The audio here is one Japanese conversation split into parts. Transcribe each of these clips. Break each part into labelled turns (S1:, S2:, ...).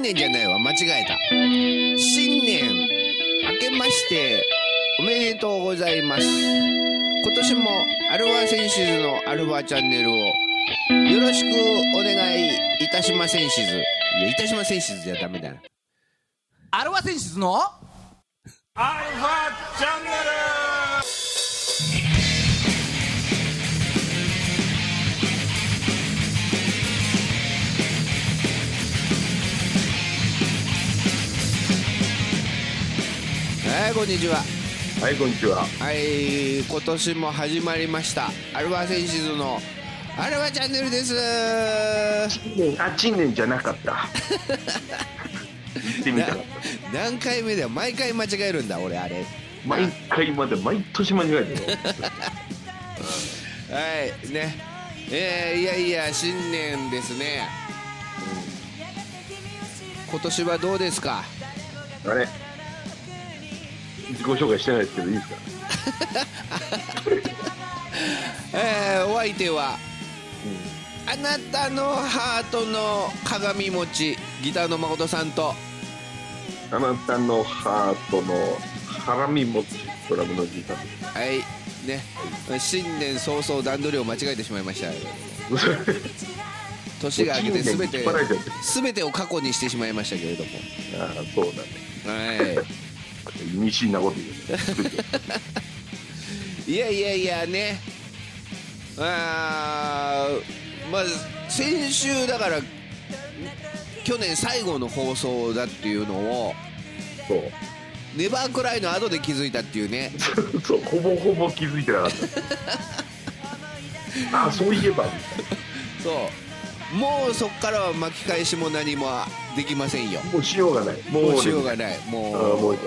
S1: 違えた。新年、明けまして、おめでとうございます。今年もアルファセンシズのアルファチャンネルをよろしくお願いいたしませんしず。いや、いたしませんしずじゃダメだな。
S2: アルファセンシズの
S3: アルファチャンネル
S1: はい、こんにちは。
S3: はいこんにちは
S1: はい、今年も始まりました。アルファセンシズのアルファチャンネルです。
S3: あチンネンじゃなかった言ってみ たら
S1: 何回目だよ。毎回間違えるんだ、俺、あれ。
S3: 毎回まで毎年間違えてる
S1: はいねえーいやいや新年ですね、今年はどうですか
S3: よあれ自己紹介してないですけどいいですか
S1: えーお相手は、あなたのハートの鏡餅ギターの誠さんと
S3: あなたのハートのハラミ持ちドラムのじいさ んです
S1: はいね新年早々段取りを間違えてしまいました年が明けて全て
S3: もう新年に引っ張られちゃって
S1: 全てを過去にしてしまいましたけれども
S3: ああそうだね
S1: はい
S3: 意味深なこと言うね
S1: いやいやいやねあーまあ先週だから去年最後の放送だっていうのを
S3: そう
S1: 「ネバークライ」の後で気づいたっていうね
S3: そうほぼほぼ気づいてなかったあそういえばみたい
S1: そうもうそっからは巻き返しも何もできませんよ
S3: なもうしようがないも
S1: もうしよう
S3: ね
S1: がない
S3: ああも
S1: も
S3: う
S1: う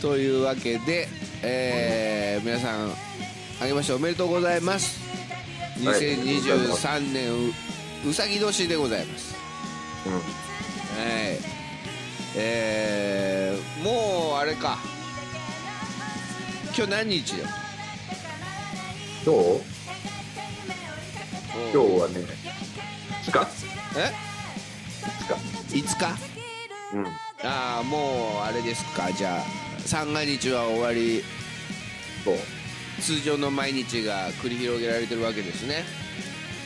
S1: というわけで、えー皆さんあげましておめでとうございます
S3: はい
S1: 2023年ううさぎ年でございます
S3: うん
S1: はい、えー、もうあれか今日何日よ
S3: 今日今
S1: 日
S3: 日はね2日
S1: え5
S3: 2
S1: 日
S3: 日うん
S1: ああもうあれですかじゃあ三が日は終わり
S3: そう
S1: 通常の毎日が繰り広げられてるわけですね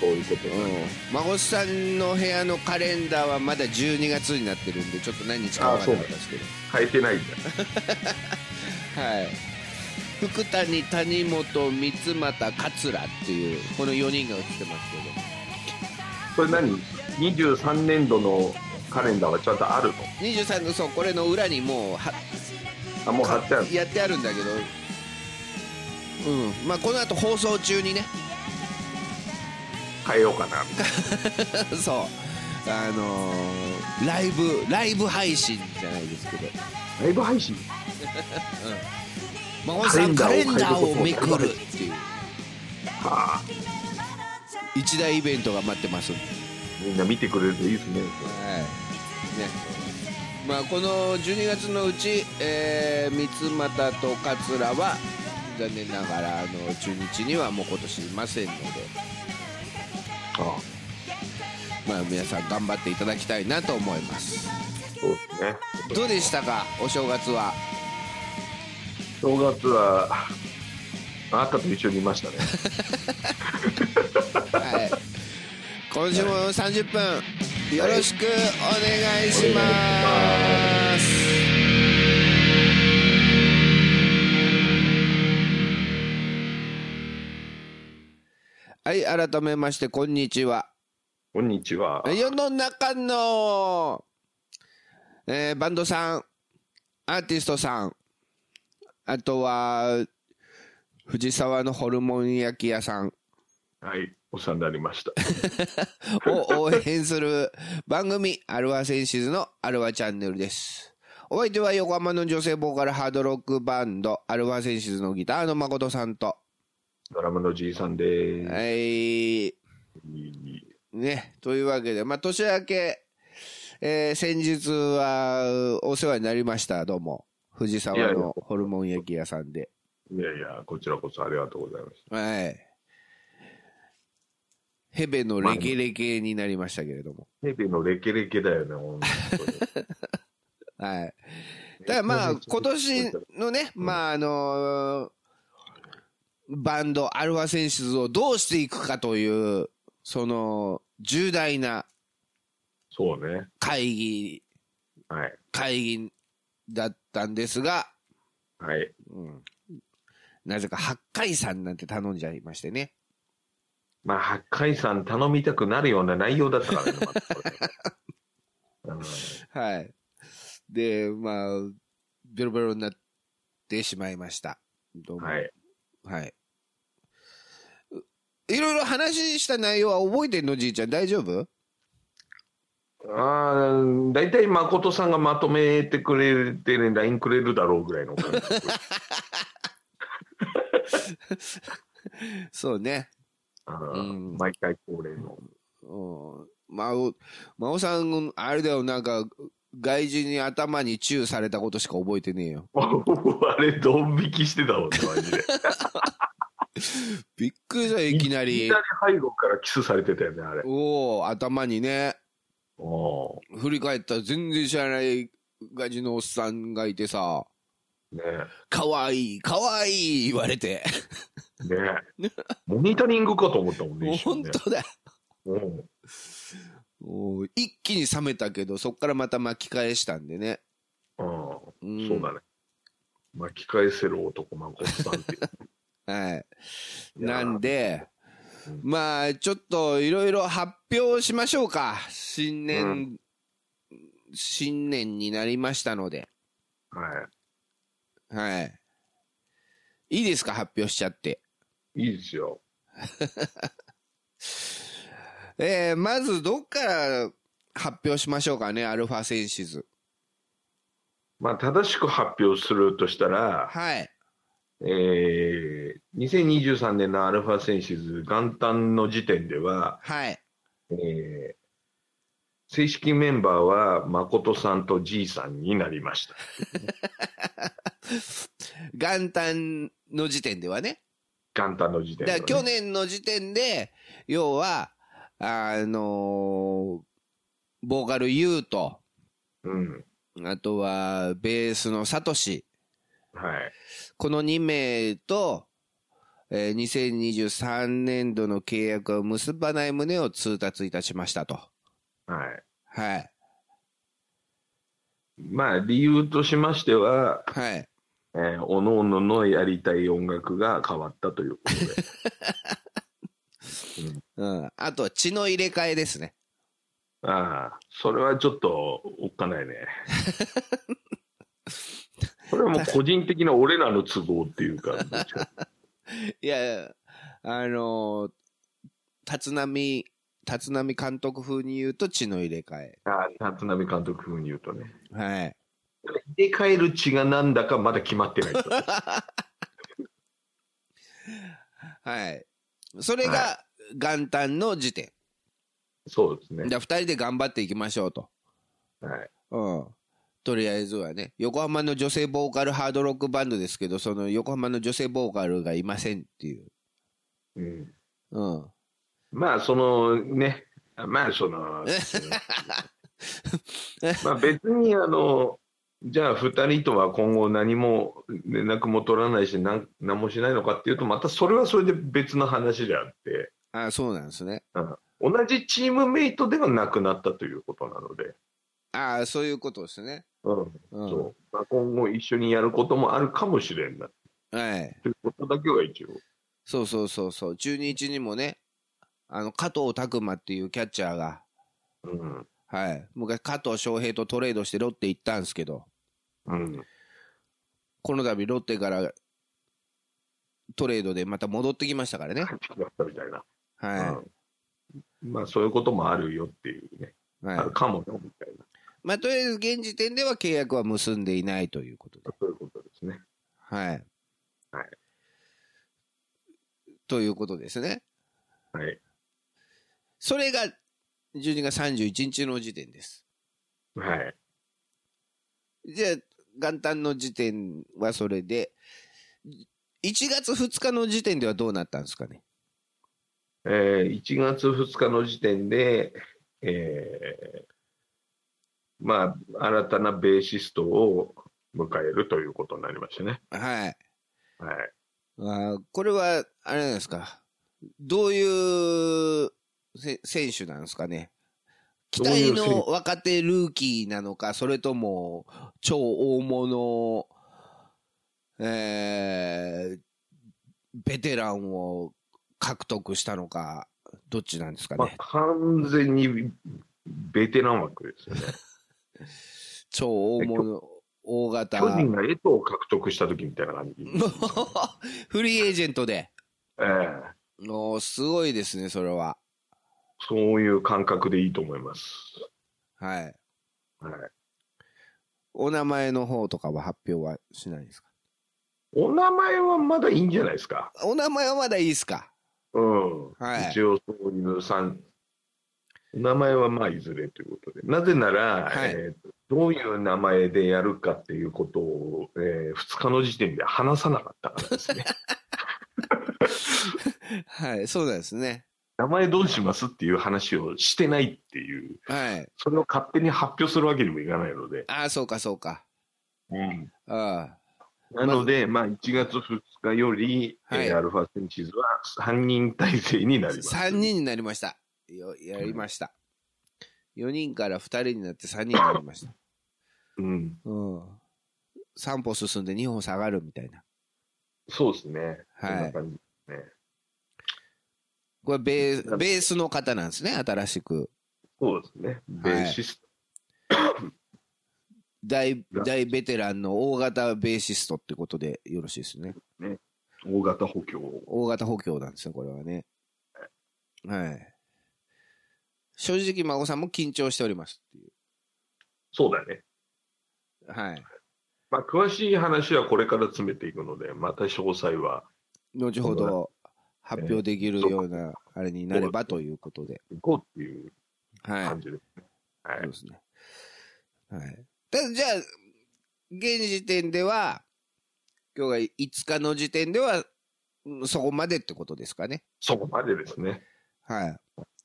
S3: そういうこと
S1: うん孫さんの部屋のカレンダーはまだ12月になってるんでちょっと何日かわからなかったですけど
S3: 変えてないんだ
S1: はい福谷谷本三俣桂っていうこの4人が映ってますけど
S3: それ何23年度のカレンダーはちゃんとあるの
S1: 23のそうこれの裏にもうは
S3: あもう貼ってある
S1: やってあるんだけどうんまあこの後放送中にね
S3: 変えようかなみたい
S1: そうあのーライブライブ配信じゃないですけど
S3: なライブ配信
S1: 孫さんカ
S3: カ
S1: レ
S3: レ
S1: ン
S3: ン
S1: ダ
S3: ダ
S1: ー
S3: ー
S1: を
S3: を
S1: め
S3: め
S1: く
S3: く
S1: る
S3: る
S1: っていう
S3: はあ
S1: 一大イベントが待ってますんで
S3: みんな見てくれるといいですね
S1: はいねまあ、この12月のうち、えー、三俣と桂は残念ながらあの中日にはもう今年いませんので、
S3: ああ
S1: まあ、皆さん頑張っていただきたいなと思います
S3: そうですね
S1: どうでしたかお正月は
S3: 正月はあなたと一緒にいま したね
S1: はい今週も30分よろしくお願いしますはい改めましてこんにちは
S3: こんにちは
S1: 世の中の、えーバンドさんアーティストさんあとは藤沢のホルモン焼き屋さん
S3: はいお世話になりました
S1: を応援する番組、アルファセンシズのアルファチャンネルです。お相手は横浜の女性ボーカルハードロックバンド、アルファセンシズのギターの誠さんと、
S3: ドラムのじいさんです、
S1: はい、ね、というわけで、まあ、年明け、えー先日はお世話になりました、どうも。藤沢
S3: いやいや
S1: のホルモン焼き屋さんで。
S3: いやいやこちらこそありがとうございまし
S1: はい。ヘベのレケレケになりましたけれども。
S3: ヘビのレケレケだよね、本 当に。
S1: はい。だからまあ、今年のね、
S3: うん
S1: まああのーバンド、アルファセンシズをどうしていくかという、その、重大な
S3: そうね。
S1: 会議、
S3: はい。
S1: 会議だったんですが、
S3: はい。
S1: うんなぜか八海さんなんて頼んじゃいましてね。
S3: まあ、八海さん頼みたくなるような内容だったからね、また これうん
S1: はい。で、まあ、ベロベロになってしまいました。どうも。
S3: はい。
S1: はい。いろいろ話した内容は覚えてんのじいちゃん大丈夫
S3: ああ、大体誠さんがまとめてくれてね、LINE くれるだろうぐらいの感覚
S1: そうね。
S3: うん
S1: うん
S3: 毎回恒例の。
S1: うん。まお、まおさん、あれだよ、なんか、外人に頭にチューされたことしか覚えてねえよ。
S3: あれ、ドン引きしてたもんね、マジで。
S1: びっくりしたよ、いきなり
S3: いき。なり背後からキスされてたよね、あれ。
S1: おお頭にね、
S3: お
S1: 振り返ったら全然知らない外人のおっさんがいてさ、
S3: ーね
S1: かわいい、かわいい言われて。
S3: ねモニタリングかと思ったもんね、
S1: もう
S3: 一瞬
S1: 本
S3: ね。
S1: 当だ。
S3: うん
S1: おー一気に冷めたけど、そっからまた巻き返したんでね。
S3: うん
S1: うん、
S3: そうだね。巻き返せる男、誠さんって。
S1: はい。
S3: い
S1: な
S3: やー
S1: んで
S3: うん、
S1: まあ、ちょっといろいろ発表しましょうか。新年、
S3: う
S1: 新年になりましたので。
S3: は
S1: はい。いいですか、発表しちゃって。
S3: い。いいですよ。
S1: えー、まずどっから発表しましょうかね、アルファセンシズ。
S3: まあ、正しく発表するとしたら、
S1: はい。
S3: えー、2023年のアルファセンシズ元旦の時点では、
S1: はい。
S3: えー正式メンバーは誠さんとじいさんになりました。
S1: 元旦の時点ではね。
S3: 元旦の時点
S1: だ
S3: で
S1: か
S3: は
S1: ら
S3: ね、
S1: 去年の時点で、要は、あのーボーカル U と、
S3: うん。
S1: あとは、ベースのサトシ。
S3: はい。
S1: この2名と、えー2023年度の契約を結ばない旨を通達いたしましたと。
S3: はい。
S1: はい。
S3: まあ、理由としましては、
S1: はい。
S3: えー、おのののやりたい音楽が変わったということで。
S1: うん。あとは血の入れ替えですね。
S3: ああ、それはちょっとおっかないね。それはもう個人的な俺らの都合っていうか、どっちか
S1: いや、あのー立浪、立浪監督風に言うと血の入れ替え。
S3: ああ立浪監督風に言うとね。
S1: はい。
S3: 入れ替える血がなんだかまだ決まってない。
S1: はい。それが元旦の時点。
S3: そうです
S1: じ
S3: ね。
S1: ゃあ2人で頑張っていきましょうと。
S3: はい。
S1: うん。とりあえずはね、横浜の女性ボーカルハードロックバンドですけど、その横浜の女性ボーカルがいませんっていう。
S3: うん、
S1: うん。
S3: まあ、そのね、まあ、その、まあ別にあの、じゃあ2人とは今後何も連絡も取らないし何何もしないのかっていうとまたそれはそれで別の話であって、
S1: あそうなんですね。
S3: 同じチームメイトではなくなったということなので、
S1: ああ、そういうことですね。
S3: うん
S1: うん。
S3: そうまあ、今後一緒にやることもあるかもしれんな
S1: はい。
S3: ということだけは一応、
S1: そうそうそうそう。中日にもね、あの、加藤拓馬っていうキャッチャーが、
S3: うん
S1: はい。昔加藤翔平とトレードしてロッテ行ったんですけど、
S3: うん、
S1: この度ロッテからトレードでまた戻ってきましたからね。
S3: 帰ってきましたみたいな、
S1: は
S3: うんまあ、そういうこともあるよっていうね、
S1: い。はい
S3: あるかもよみたいな、
S1: まあ、とりあえず現時点では契約は結んでいないということで。
S3: そういうことですね。
S1: はい。
S3: はい
S1: ということですね。
S3: はい、
S1: それが12月31日の時点です。
S3: はい、
S1: じゃあ、元旦の時点はそれで、1月2日の時点ではどうなったんですかね。
S3: えー1月2日の時点で、えーまあ、新たなベーシストを迎えるということになりましたね。
S1: はい。
S3: はい、
S1: あーこれは、あれなんですか。どういうせ選手なんですかね。期
S3: どうい
S1: 待
S3: う選手
S1: の若手ルーキーなのか、それとも、超大物、えー、ベテランを獲得したのか、どっちなんですか
S3: まあ
S1: ね。、
S3: 完全にベテラン枠ですよね。
S1: 超大物、大型。
S3: 巨人が江藤を獲得した時みたいな感じ。
S1: フリーエージェントで。
S3: ええ
S1: おーすごいですね、それは。
S3: そういう感覚でいいと思います。
S1: はい。
S3: はい、
S1: お名前の方とかは発表はしないんですか
S3: お名前はまだいいんじゃないですか。
S1: お名前はまだいいですか
S3: うん。
S1: はい
S3: 一応そういう三お名前はまあいずれということで。なぜなら、
S1: はい
S3: えーどういう名前でやるかっていうことを、え2日の時点で話さなかったからです ね。
S1: はい、そうなんですね。
S3: 名前どうしますっていう話をしてないっていう、
S1: はい。
S3: それを勝手に発表するわけにもいかないので。
S1: ああ、そうか、そうか。
S3: うん
S1: あ
S3: なので、まあ、1月2日より、
S1: はい
S3: えーアルファセンチズは3人体制にな
S1: あ。
S3: ります。
S1: 3人になりました。よ、やりました。4人から2人になって3人になりま した。
S3: うん、
S1: うん。3歩進んで2歩下がるみたいな。
S3: そうですね。
S1: はい
S3: そんな感じですね。
S1: これベー、ベースの方なんですね、新しく。
S3: そうですね。ベーシスト、
S1: 大、大ベテランの大型ベーシストってことでよろしいですね。
S3: 大型補強を
S1: 大型補強なんですよ、これはね。はい。正直、孫さんも緊張しておりますってい
S3: そうだね。
S1: う。はい。
S3: まあ、詳しい話はこれから詰めていくので、また詳細は、
S1: 後ほど発表できるような、あれになればということで。
S3: 行こうっていう
S1: はい。
S3: 感じです。は
S1: そう
S3: い。
S1: ですね。はい。ただ、じゃあ、現時点では、今日が5日の時点では、うんそこまでってことですかね。
S3: そこまでですね。
S1: はい。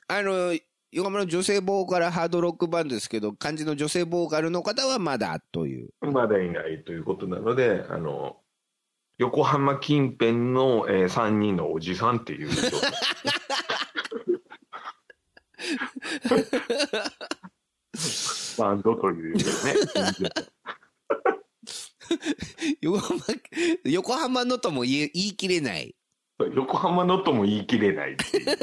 S1: あの、横浜の女性ボーカルハードロックバンドですけど、漢字の女性ボーカルの方はまだという。
S3: まだいないということなので、あの、横浜近辺の、えー、3人のおじさんっていう状態バンドというね。
S1: 横浜、 横浜のとも言え言い切れない。
S3: 横浜のとも言い切れないってい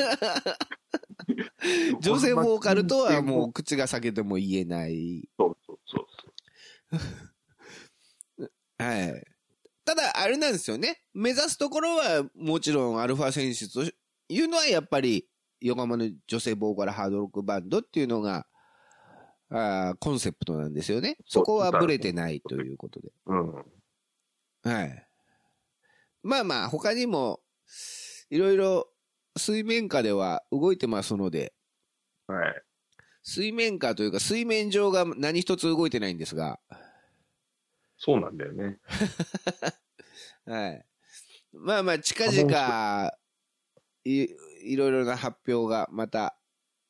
S3: う
S1: 女性ボーカルとはもう口が裂けても言えない。
S3: そうそうそうそう。
S1: はい。ただ、あれなんですよね。目指すところは、もちろんアルファ選手というのは、やっぱり、横浜の女性ボーカルハードロックバンドっていうのが、あーコンセプトなんですよね。そこはブレてないということで。
S3: うん。
S1: はい。まあまあ、他にも、いろいろ、水面下では動いてますので、
S3: はい。
S1: 水面下というか、水面上が何一つ動いてないんですが、
S3: そうなんだよね。
S1: はい。まあまあ、近々、い、いろいろな発表が、また、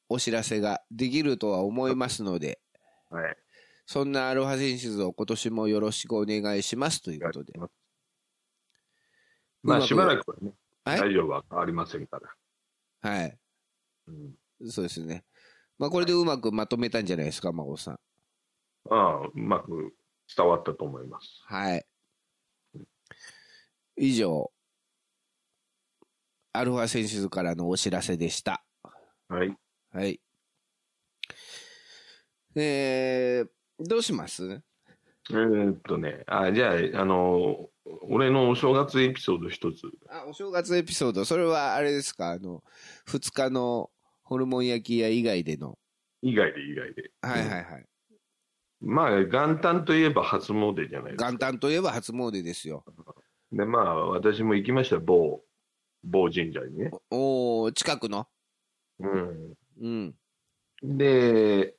S1: お知らせができるとは思いますので、
S3: はい。
S1: そんなアロハセンシズを今年もよろしくお願いしますということで。
S3: ま
S1: う
S3: あ、
S1: まく
S3: しばらくはね、
S1: はい
S3: 大丈夫は変わりませんから。
S1: はい。
S3: うん、
S1: そうですね。まあ、これでうまくまとめたんじゃないですか、孫さん。
S3: ああ、うまく伝わったと思います。
S1: はい。以上、アルファセンシズからのお知らせでした。
S3: はい。
S1: はい。えー、どうします
S3: えーっとね、あじゃあ、あの、俺のお正月エピソード一つ。
S1: あ、お正月エピソード。それはあれですかあの、2日のホルモン焼き屋以外での。
S3: 以外で以外で。
S1: はいはい
S3: い。
S1: はい。
S3: まあ、元旦といえば初詣じゃないですか。
S1: 元旦といえば初詣ですよ。
S3: で、まあ、私も行きました、某、某神社にね。
S1: おおー近くの。
S3: うん。
S1: うん。
S3: で、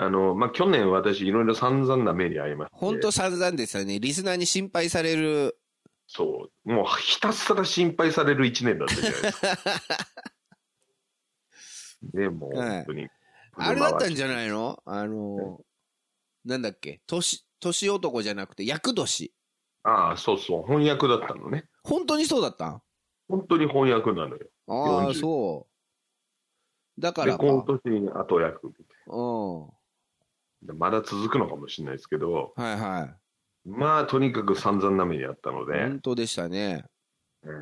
S3: あの、まあ、去年私いろいろ散々な目に遭いまして。
S1: ほんと散々でしたね。リスナーに心配される。
S3: そう。もうひたすら心配される一年だったじゃないですか。ですね、もう本当に。
S1: あれだったんじゃないのあの、なんだっけ、年、年男じゃなくて、厄年。
S3: ああ、そうそう、翻訳だったのね。
S1: 本当にそうだったん
S3: 本当に翻訳なのよ。
S1: ああ、
S3: 40
S1: そう。だか
S3: で、
S1: らか、
S3: この
S1: う
S3: 年に後役みたい
S1: ん。は
S3: な。まだ続くのかもしれないですけど、
S1: いは
S3: まあ、とにかく散々な目にあったの
S1: い。
S3: で、
S1: 本当でしたね。
S3: ええ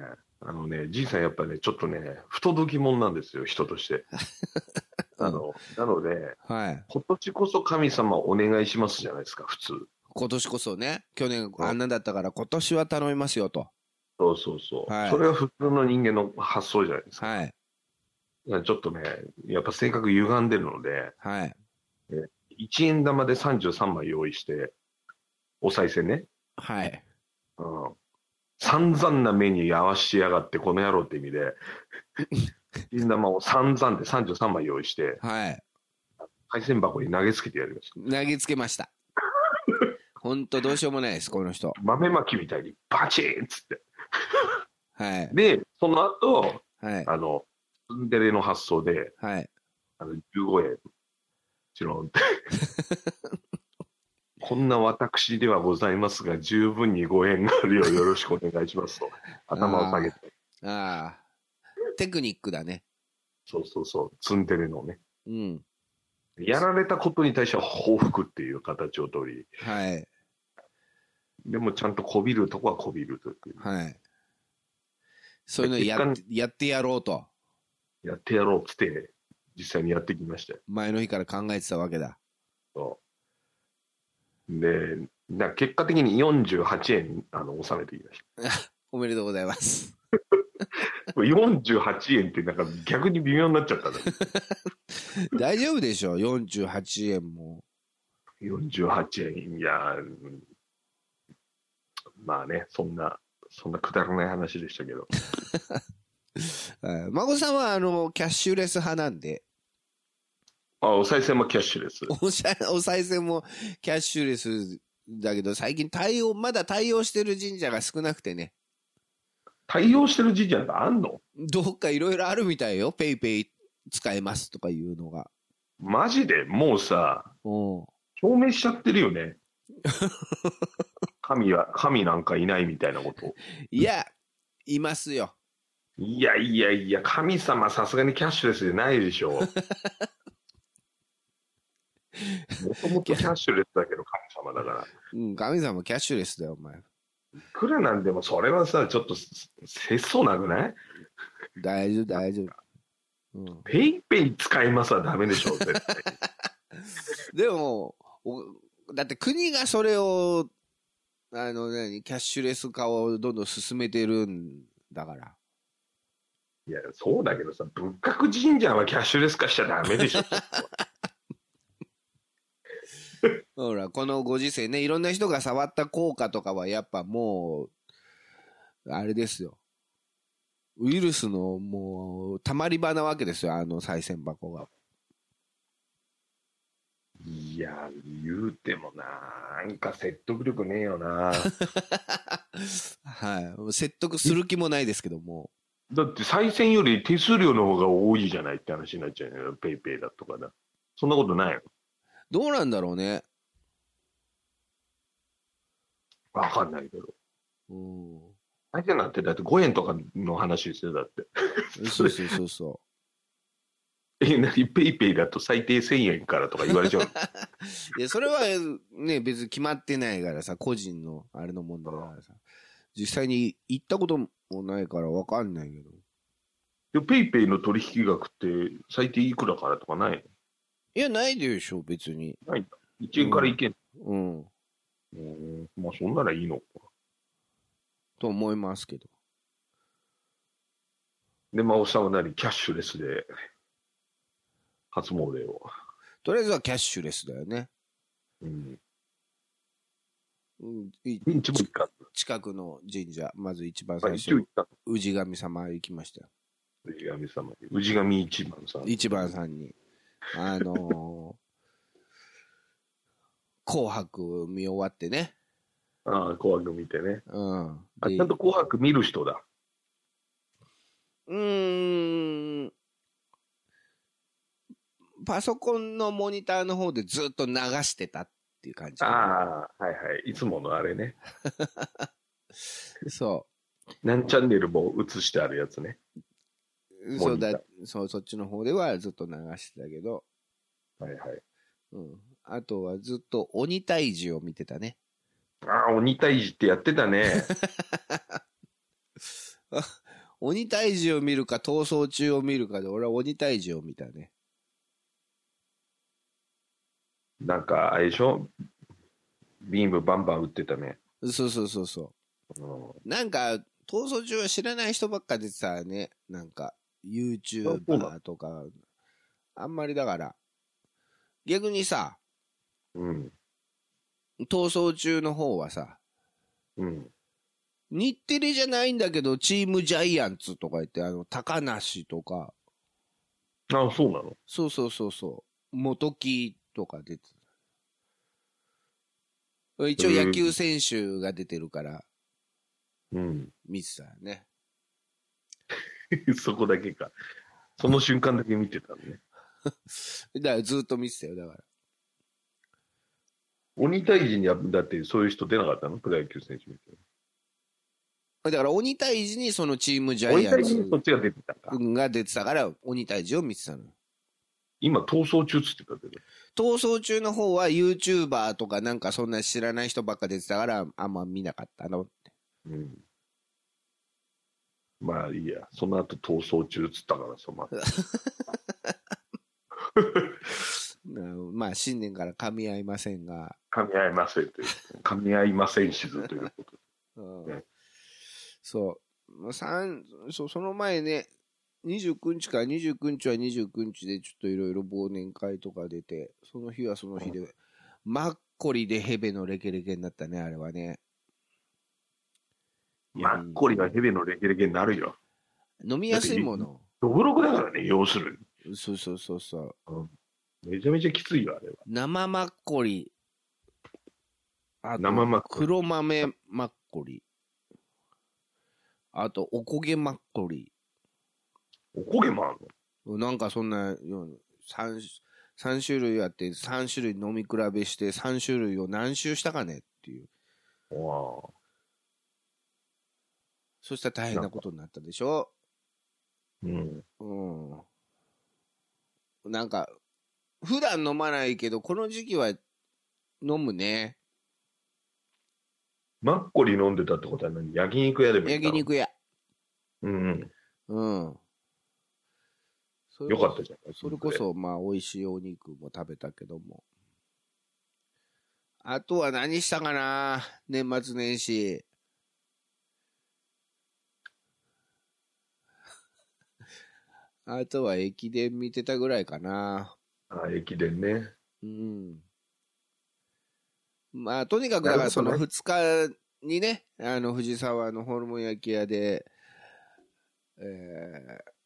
S3: あのね、じいさんやっぱね、ちょっとね、不届き者なんですよ、人 として。あの、なので、
S1: はい。
S3: 今年こそ神様お願いしますじゃないですか、普通。
S1: 今年こそね、去年
S3: はい
S1: あんなんだったから、今年は頼みますよと。
S3: そうそうそう。
S1: はい
S3: それは普通の人間の発想じゃないですか。
S1: はい。
S3: ちょっとね、やっぱ性格歪んでるので、
S1: はい。
S3: 1円玉で33枚用意して、お賽銭ね、
S1: はい。
S3: うん、散々な目に合わしやがって、この野郎って意味で、1円玉を散々で33枚用意して、
S1: はい。
S3: 海鮮箱に投げつけてやりました。
S1: 投げつけま した。本当どうしようもないです、この人。
S3: 豆まきみたいにバチーンっつって。
S1: はい。
S3: で、その後、
S1: はい。
S3: あの、ツンデレの発想で、
S1: はい。
S3: あの15円、チロンって。 こんな私ではございますが、十分にご縁があるようよろしくお願いしますと、頭を下げて、
S1: ああ。テクニックだね。
S3: そうそうそう、ツンデレのね、
S1: うん。
S3: やられたことに対しては報復っていう形をとり、
S1: はい。
S3: でもちゃんとこびるとこはこびるという、
S1: はい。そういうのやっ
S3: 結
S1: やってやろうと、
S3: やってやろうっつって、実際にやってきましたよ
S1: 前の日から考えてたわけだ。
S3: そう。で、な結果的に48円あの納めてきまし
S1: おめでとうござい ます。
S3: た。これ48円ってなんか逆に微妙になっちゃったね。
S1: 大丈夫でしょ ?48 円も。
S3: 48円、いやー、うんまあね、そんな、そんなくだらない話でしたけど、
S1: はい孫さんは、あの、キャッシュレス派なんで、
S3: あお賽銭もキャッシュレス。
S1: おしゃお賽銭もキャッシュレスだけど、最近対応、まだ対応してる神社が少なくてね、
S3: 対応してる神社なんてあんの
S1: どっかいろいろあるみたいよ。ペイペイ使えますとかいうのが。
S3: マジでもうさ、
S1: うん。
S3: 表明しちゃってるよ ね。神は、神なんかいないみたいなこと。
S1: いや、いますよ。
S3: いやいやいや、神様さすがにキャッシュレスじゃないでしょう。もともとキャッシュレスだけど神様だから。
S1: うん、神様キャッシュレスだよ、お前。
S3: いくらなんでもそれはさ、ちょっとせせ節操なくない
S1: 大丈夫、大丈夫。うん、
S3: ペイペイ使いますはダメでしょう、絶対。
S1: でもおだって国がそれを、あの、何、キャッシュレス化をどんどん進めてるんだから。
S3: いや、そうだけどさ、仏閣神社はキャッシュレス化しちゃダメでしょ。
S1: ほら、このご時世ね、いろんな人が触った効果とかはやっぱもう、あれですよ。ウイルスのもう、溜まり場なわけですよ、あの再銭箱が。
S3: いや、言うてもな、なんか説得力ねえよな。
S1: はい。説得する気もないですけども。
S3: だって、再選より手数料の方が多いじゃないって話になっちゃうよ、ペイペイだとかだ。そんなことないよ。
S1: どうなんだろうね。
S3: わかんないけど。
S1: うん。
S3: 大変なんて、だって5円とかの話ですよ、だって。
S1: そうそうそうそ
S3: え、なに、ペイペイだと最低1000円からとか言われちゃうの。
S1: う。いや、それはね、別に決まってないからさ、個人のあれの問題だからさ。実際に行ったこともないからわかんないけど。
S3: でペイペイの取引額って最低いくらからとかない
S1: いや、ないでしょ、別に。
S3: の ?1 円から1円。
S1: うん。
S3: うん、まあ、そんならいいのか。
S1: と思いますけど。
S3: で、まあ、おさんは何キャッシュレスで、初詣を。
S1: とりあえずはキャッシュレスだよね。
S3: うん。
S1: うん、い
S3: 一部行った。
S1: 近くの神社、まず一番
S3: まあ
S1: 最
S3: 一部
S1: 初
S3: 行、った。
S1: 氏神様行きましたよ。
S3: 氏神様に。氏神一番さん。
S1: 一番さんに。あのー 紅白見終わってね。
S3: ああ、紅白見てね。
S1: うん。
S3: あ、
S1: で
S3: ちゃんと紅白見る人だ。
S1: うーん。パソコンのモニターの方でずっと流してたっていう感じ。
S3: ああ、はいはい。いつものあれね。
S1: そ
S3: 何チャンネルも映してあるやつね。
S1: う。
S3: ー
S1: そうだ、そう、そっちの方ではずっと流してたけど、
S3: はいはい。
S1: うん。あとはずっと鬼退治を見てたね。
S3: ああ、鬼退治ってやってたね。
S1: 鬼退治を見るか、逃走中を見るかで、俺は鬼退治を見たね。
S3: なんか、あれでしょビームバンバン打ってたね。
S1: そうそうそうそう。
S3: うん
S1: なんか、逃走中は知らない人ばっか出てたね。なんか、YouTuber とか、あんまりだから、逆にさ、
S3: うん。
S1: 逃走中の方はさ、
S3: うん。
S1: 日テレじゃないんだけど、チームジャイアンツとか言って、あの、高梨とか、
S3: ああ、そうなの
S1: そうそうそうそう、元木とか出てた。一応野球選手が出てるから、
S3: うん。
S1: 見てたよね。
S3: そこだけか。その瞬間だけ見てたのね。
S1: だからずっと見てたよ、だから。
S3: 鬼退治には、だってそういう人出なかったのプロ野球選手みたい
S1: だから鬼退治にそのチームジ
S3: な。
S1: ャ
S3: 鬼
S1: イアン
S3: 退治に
S1: ツ
S3: そっちが出てたか。
S1: が出てたから鬼退治を見てたの。
S3: 今、逃走中っつってたけど。
S1: 逃走中の方は YouTuber とかなんかそんな知らない人ばっか出てたからあんま見なかったの。
S3: うん。まあいいや。その後、逃走中っつったからさ、まあ。
S1: うんまあ新年から噛み合いませんが。
S3: 噛み合いませんという。噛み合いませんしずということ。
S1: うん
S3: ね
S1: そう。まあ三そうその前ね、29日から29日は29日でちょっといろいろ忘年会とか出て、その日はその日で、マッコリでヘベのレケレケになったね、あれはね。
S3: マッコリがヘビのレゲレゲになるよ。
S1: 飲みやすいもの。
S3: ドブロクだからね、要する
S1: そうそうそうそう。
S3: に。めちゃめちゃきついよ、あれは。
S1: 生マッコリ。あと
S3: 生マッコリ
S1: 黒豆マッコリ。あと、おこげマッコリ。
S3: おこげもある
S1: なんかそんなような、3、三種類あって、3種類飲み比べして、3種類を何周したかねっていう。
S3: の。わあ。
S1: そしたら大変なことになったでしょ
S3: うん。
S1: うん。なんか、普段飲まないけど、この時期は飲むね。
S3: マッコリ飲んでたってことは何焼肉屋でも行った
S1: 焼
S3: の。
S1: 肉屋。
S3: うん
S1: うん。そ
S3: うん。
S1: れ
S3: よ
S1: こ
S3: かったじゃん。
S1: それこ。そ、まあ、美味しいお肉も食べたけども。あとは何したかな年末年始。 あとは駅伝見てたぐらいかな。
S3: あ駅伝ね。
S1: うん。まあ、とにかく、だからその
S3: なるほ
S1: 2日にね、あの、藤沢のホルモン焼き屋で、えー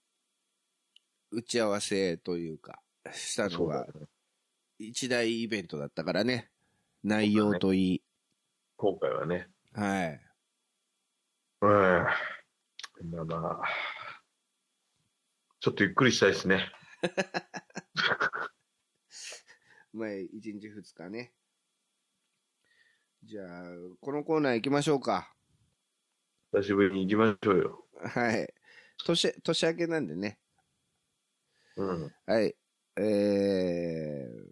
S1: 打ち合わせというか、したの
S3: そう
S1: が
S3: だね。
S1: 一大イベントだったからね。内容といい。
S3: 今回はね。
S1: はい。
S3: うん。まあまあ。ちょっとゆっくりしたいですね。
S1: まあ、1日2日ね。じゃあ、このコーナー行きましょうか。
S3: 久しぶりに行きましょうよ。
S1: はい。年、年明けなんでね。
S3: うん。
S1: はい。えー、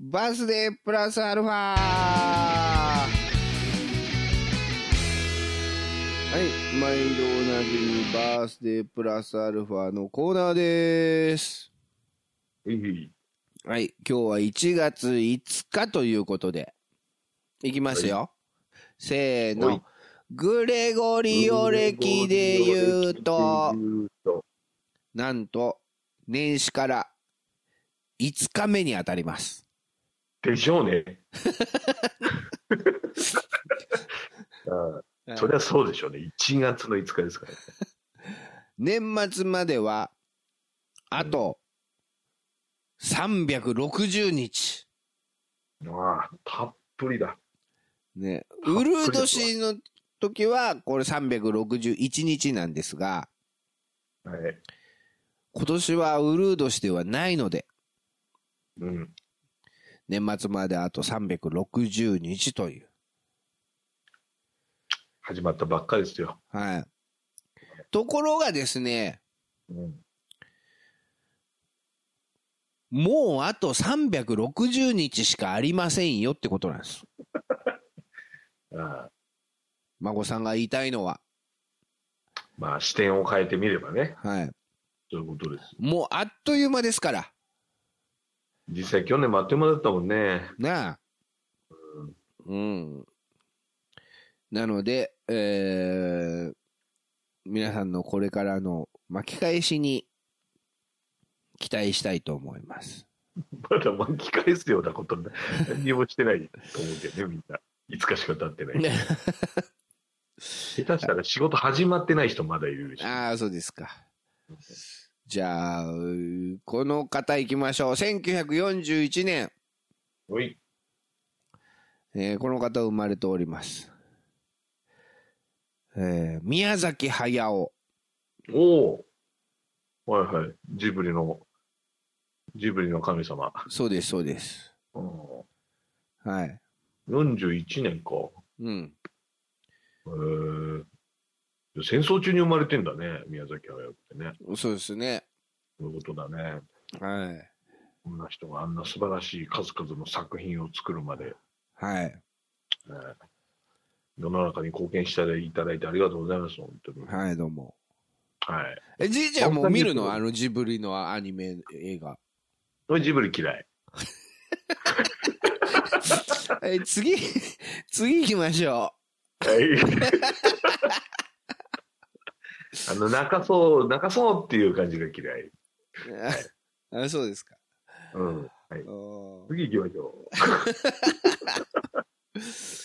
S1: バースデープラスアルファはい。毎度おなじみ、バースデープラスアルファのコーナーです。
S3: いい。
S1: はい。今日は1月5日ということで、いきますよ。せー
S3: は
S1: の
S3: い。
S1: グレゴリオ歴で言うと、
S3: 言うと。
S1: なんと、年始から5日目に当たります。
S3: でしょうね。 ああそりゃそうでしょうね。1月の5日ですからね。
S1: 年末までは、あと、360日。
S3: まあ、たっぷりだ。
S1: ね。
S3: たっ
S1: ウ
S3: ぷり
S1: ル
S3: ですわ
S1: ー年の時は、これ361日なんですが、
S3: はい。
S1: 今年はウルー年ではないので、
S3: うん。
S1: 年末まであと360日という。
S3: 始まったばっかりですよ。
S1: はい。ところがですね、
S3: うん。
S1: もうあと360日しかありませんよってことなんです。
S3: ああ
S1: 孫さんが言いたいのは。
S3: まあ、視点を変えてみればね、
S1: はい。
S3: そういうことです。
S1: もうあっという間ですから。
S3: 実際、去年もあっという間だったもんね。
S1: なあ。うん。なので、えー皆さんのこれからの巻き返しに期待したいと思い ます。
S3: まだ巻き返すようなことね、何にもしてないと思うけどね、みんな。いつかしか経ってない。下手したら仕事始まってない人まだいるし。
S1: ああ、そうですか。じゃあ、うーこの方行きましょう。1941年、
S3: おい、
S1: えーこの方生まれております。えー宮崎駿。
S3: おおはいはい。ジブリの、ジブリの神様。
S1: そうです、そうです。
S3: うん
S1: はい。
S3: 41年か。
S1: うん。
S3: へー戦争中に生まれてんだね、宮崎駿ってね。
S1: そうですね。
S3: そういうことだね。
S1: はい。
S3: こんな人があんな素晴らしい数々の作品を作るまで、
S1: はい。
S3: えー世の中に貢献していただいてありがとうございます、本当に。はい。
S1: はい、どうも。え、じいちゃんもう見るのあのジブリのアニメ映画。
S3: 俺ジブリ嫌い。
S1: え、次、 次行きましょ
S3: はい。 あの、泣かそう、泣かそうっていう感じが嫌い。
S1: う。 あそうですか。
S3: うん。はい。
S1: おー
S3: 次行きましょ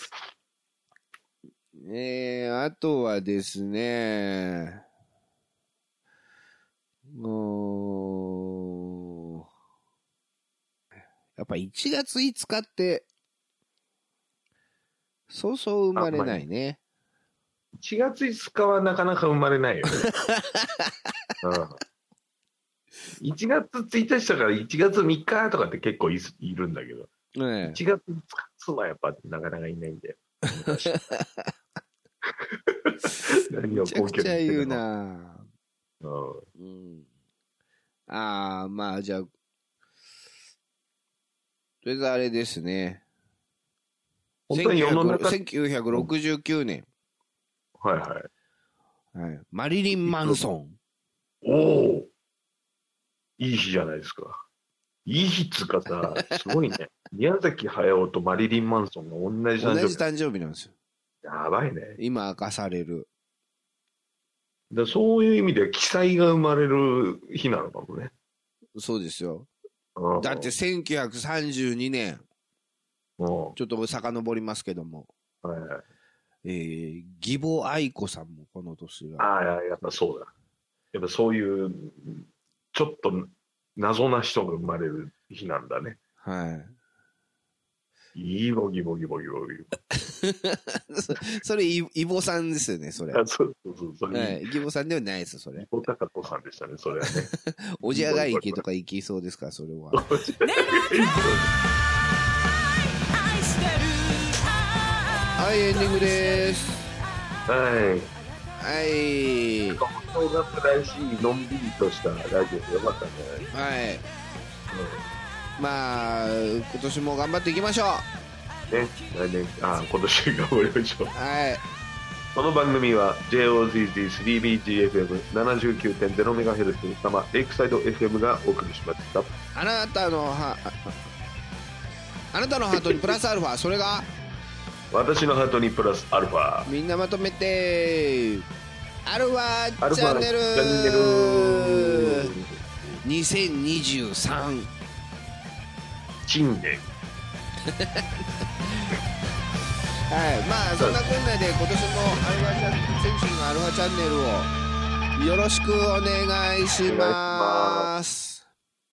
S1: えー、あとはですね、もう、やっぱ1月5日って、そうそう生まれないね。
S3: う。1月5日はなかなか生まれな いよね。うん。1月1日とか1月3日とかって結構いすいるんだけど、
S1: ね
S3: 1月5日はやっぱなかなかいない んだよ。昔何を
S1: めちゃ
S3: 根
S1: く
S3: 拠に言ってるの
S1: ちゃ言うな
S3: うん
S1: うんああ、まあ、じゃあ、とりあえずあれですね。
S3: 本当に世の中、
S1: 1969年、
S3: はいはい。
S1: はいマリリン・マンソン。
S3: おおいい日じゃないですか。いい日っつう かさ、すごいね。宮崎駿とマリリン・マンソンが同じ
S1: 同
S3: 誕生
S1: じ
S3: 日。
S1: 誕生日なんですよ。
S3: やばいね。
S1: 今明かされる。
S3: だそういう意味では、記載が生まれる日なのかもね。
S1: そうですよ。
S3: うん
S1: だって、1932年、
S3: うんは
S1: ちょっと遡りますけども、
S3: いはい、
S1: えー、義母愛子さんもこの年が。
S3: ああ、やっぱそうだ。やっぱそういう、ちょっと謎な人が生まれる日なんだね。
S1: はい。
S3: いいボギボギボギボギ。
S1: それ、いイボさんですよね、それ。は
S3: あそうそうそう。それ、
S1: い。義母さんではないです、それ。
S3: お高子さんでしたね、それはね。
S1: おじゃがいきとか行きそうですから、それは。はい、エンディングです。
S3: はい。
S1: はい。は
S3: 正月らしいのんびりとしたラジオでよかったんじゃない
S1: い。まあ、今年も頑張っていきましょう。
S3: ね来年あ今年頑張りましょう
S1: はい。
S3: この番組は JOZZ3BGFM79.0MHz 様レイクサイド FM がお送りしました
S1: あなたのは、ああなたのハートにプラスアルファ、それが
S3: 私のハートにプラスアルファ
S1: みんなまとめて、アルフ
S3: アル
S1: ァ
S3: ファ
S1: チャンネル
S3: チャンネル
S1: 2023。
S3: チンゲ
S1: はい、まあそんなこんなで今年もアルファチャン選手のアルファチャンネルをよろしくお願いし
S3: お願
S1: ま
S3: いし
S1: す。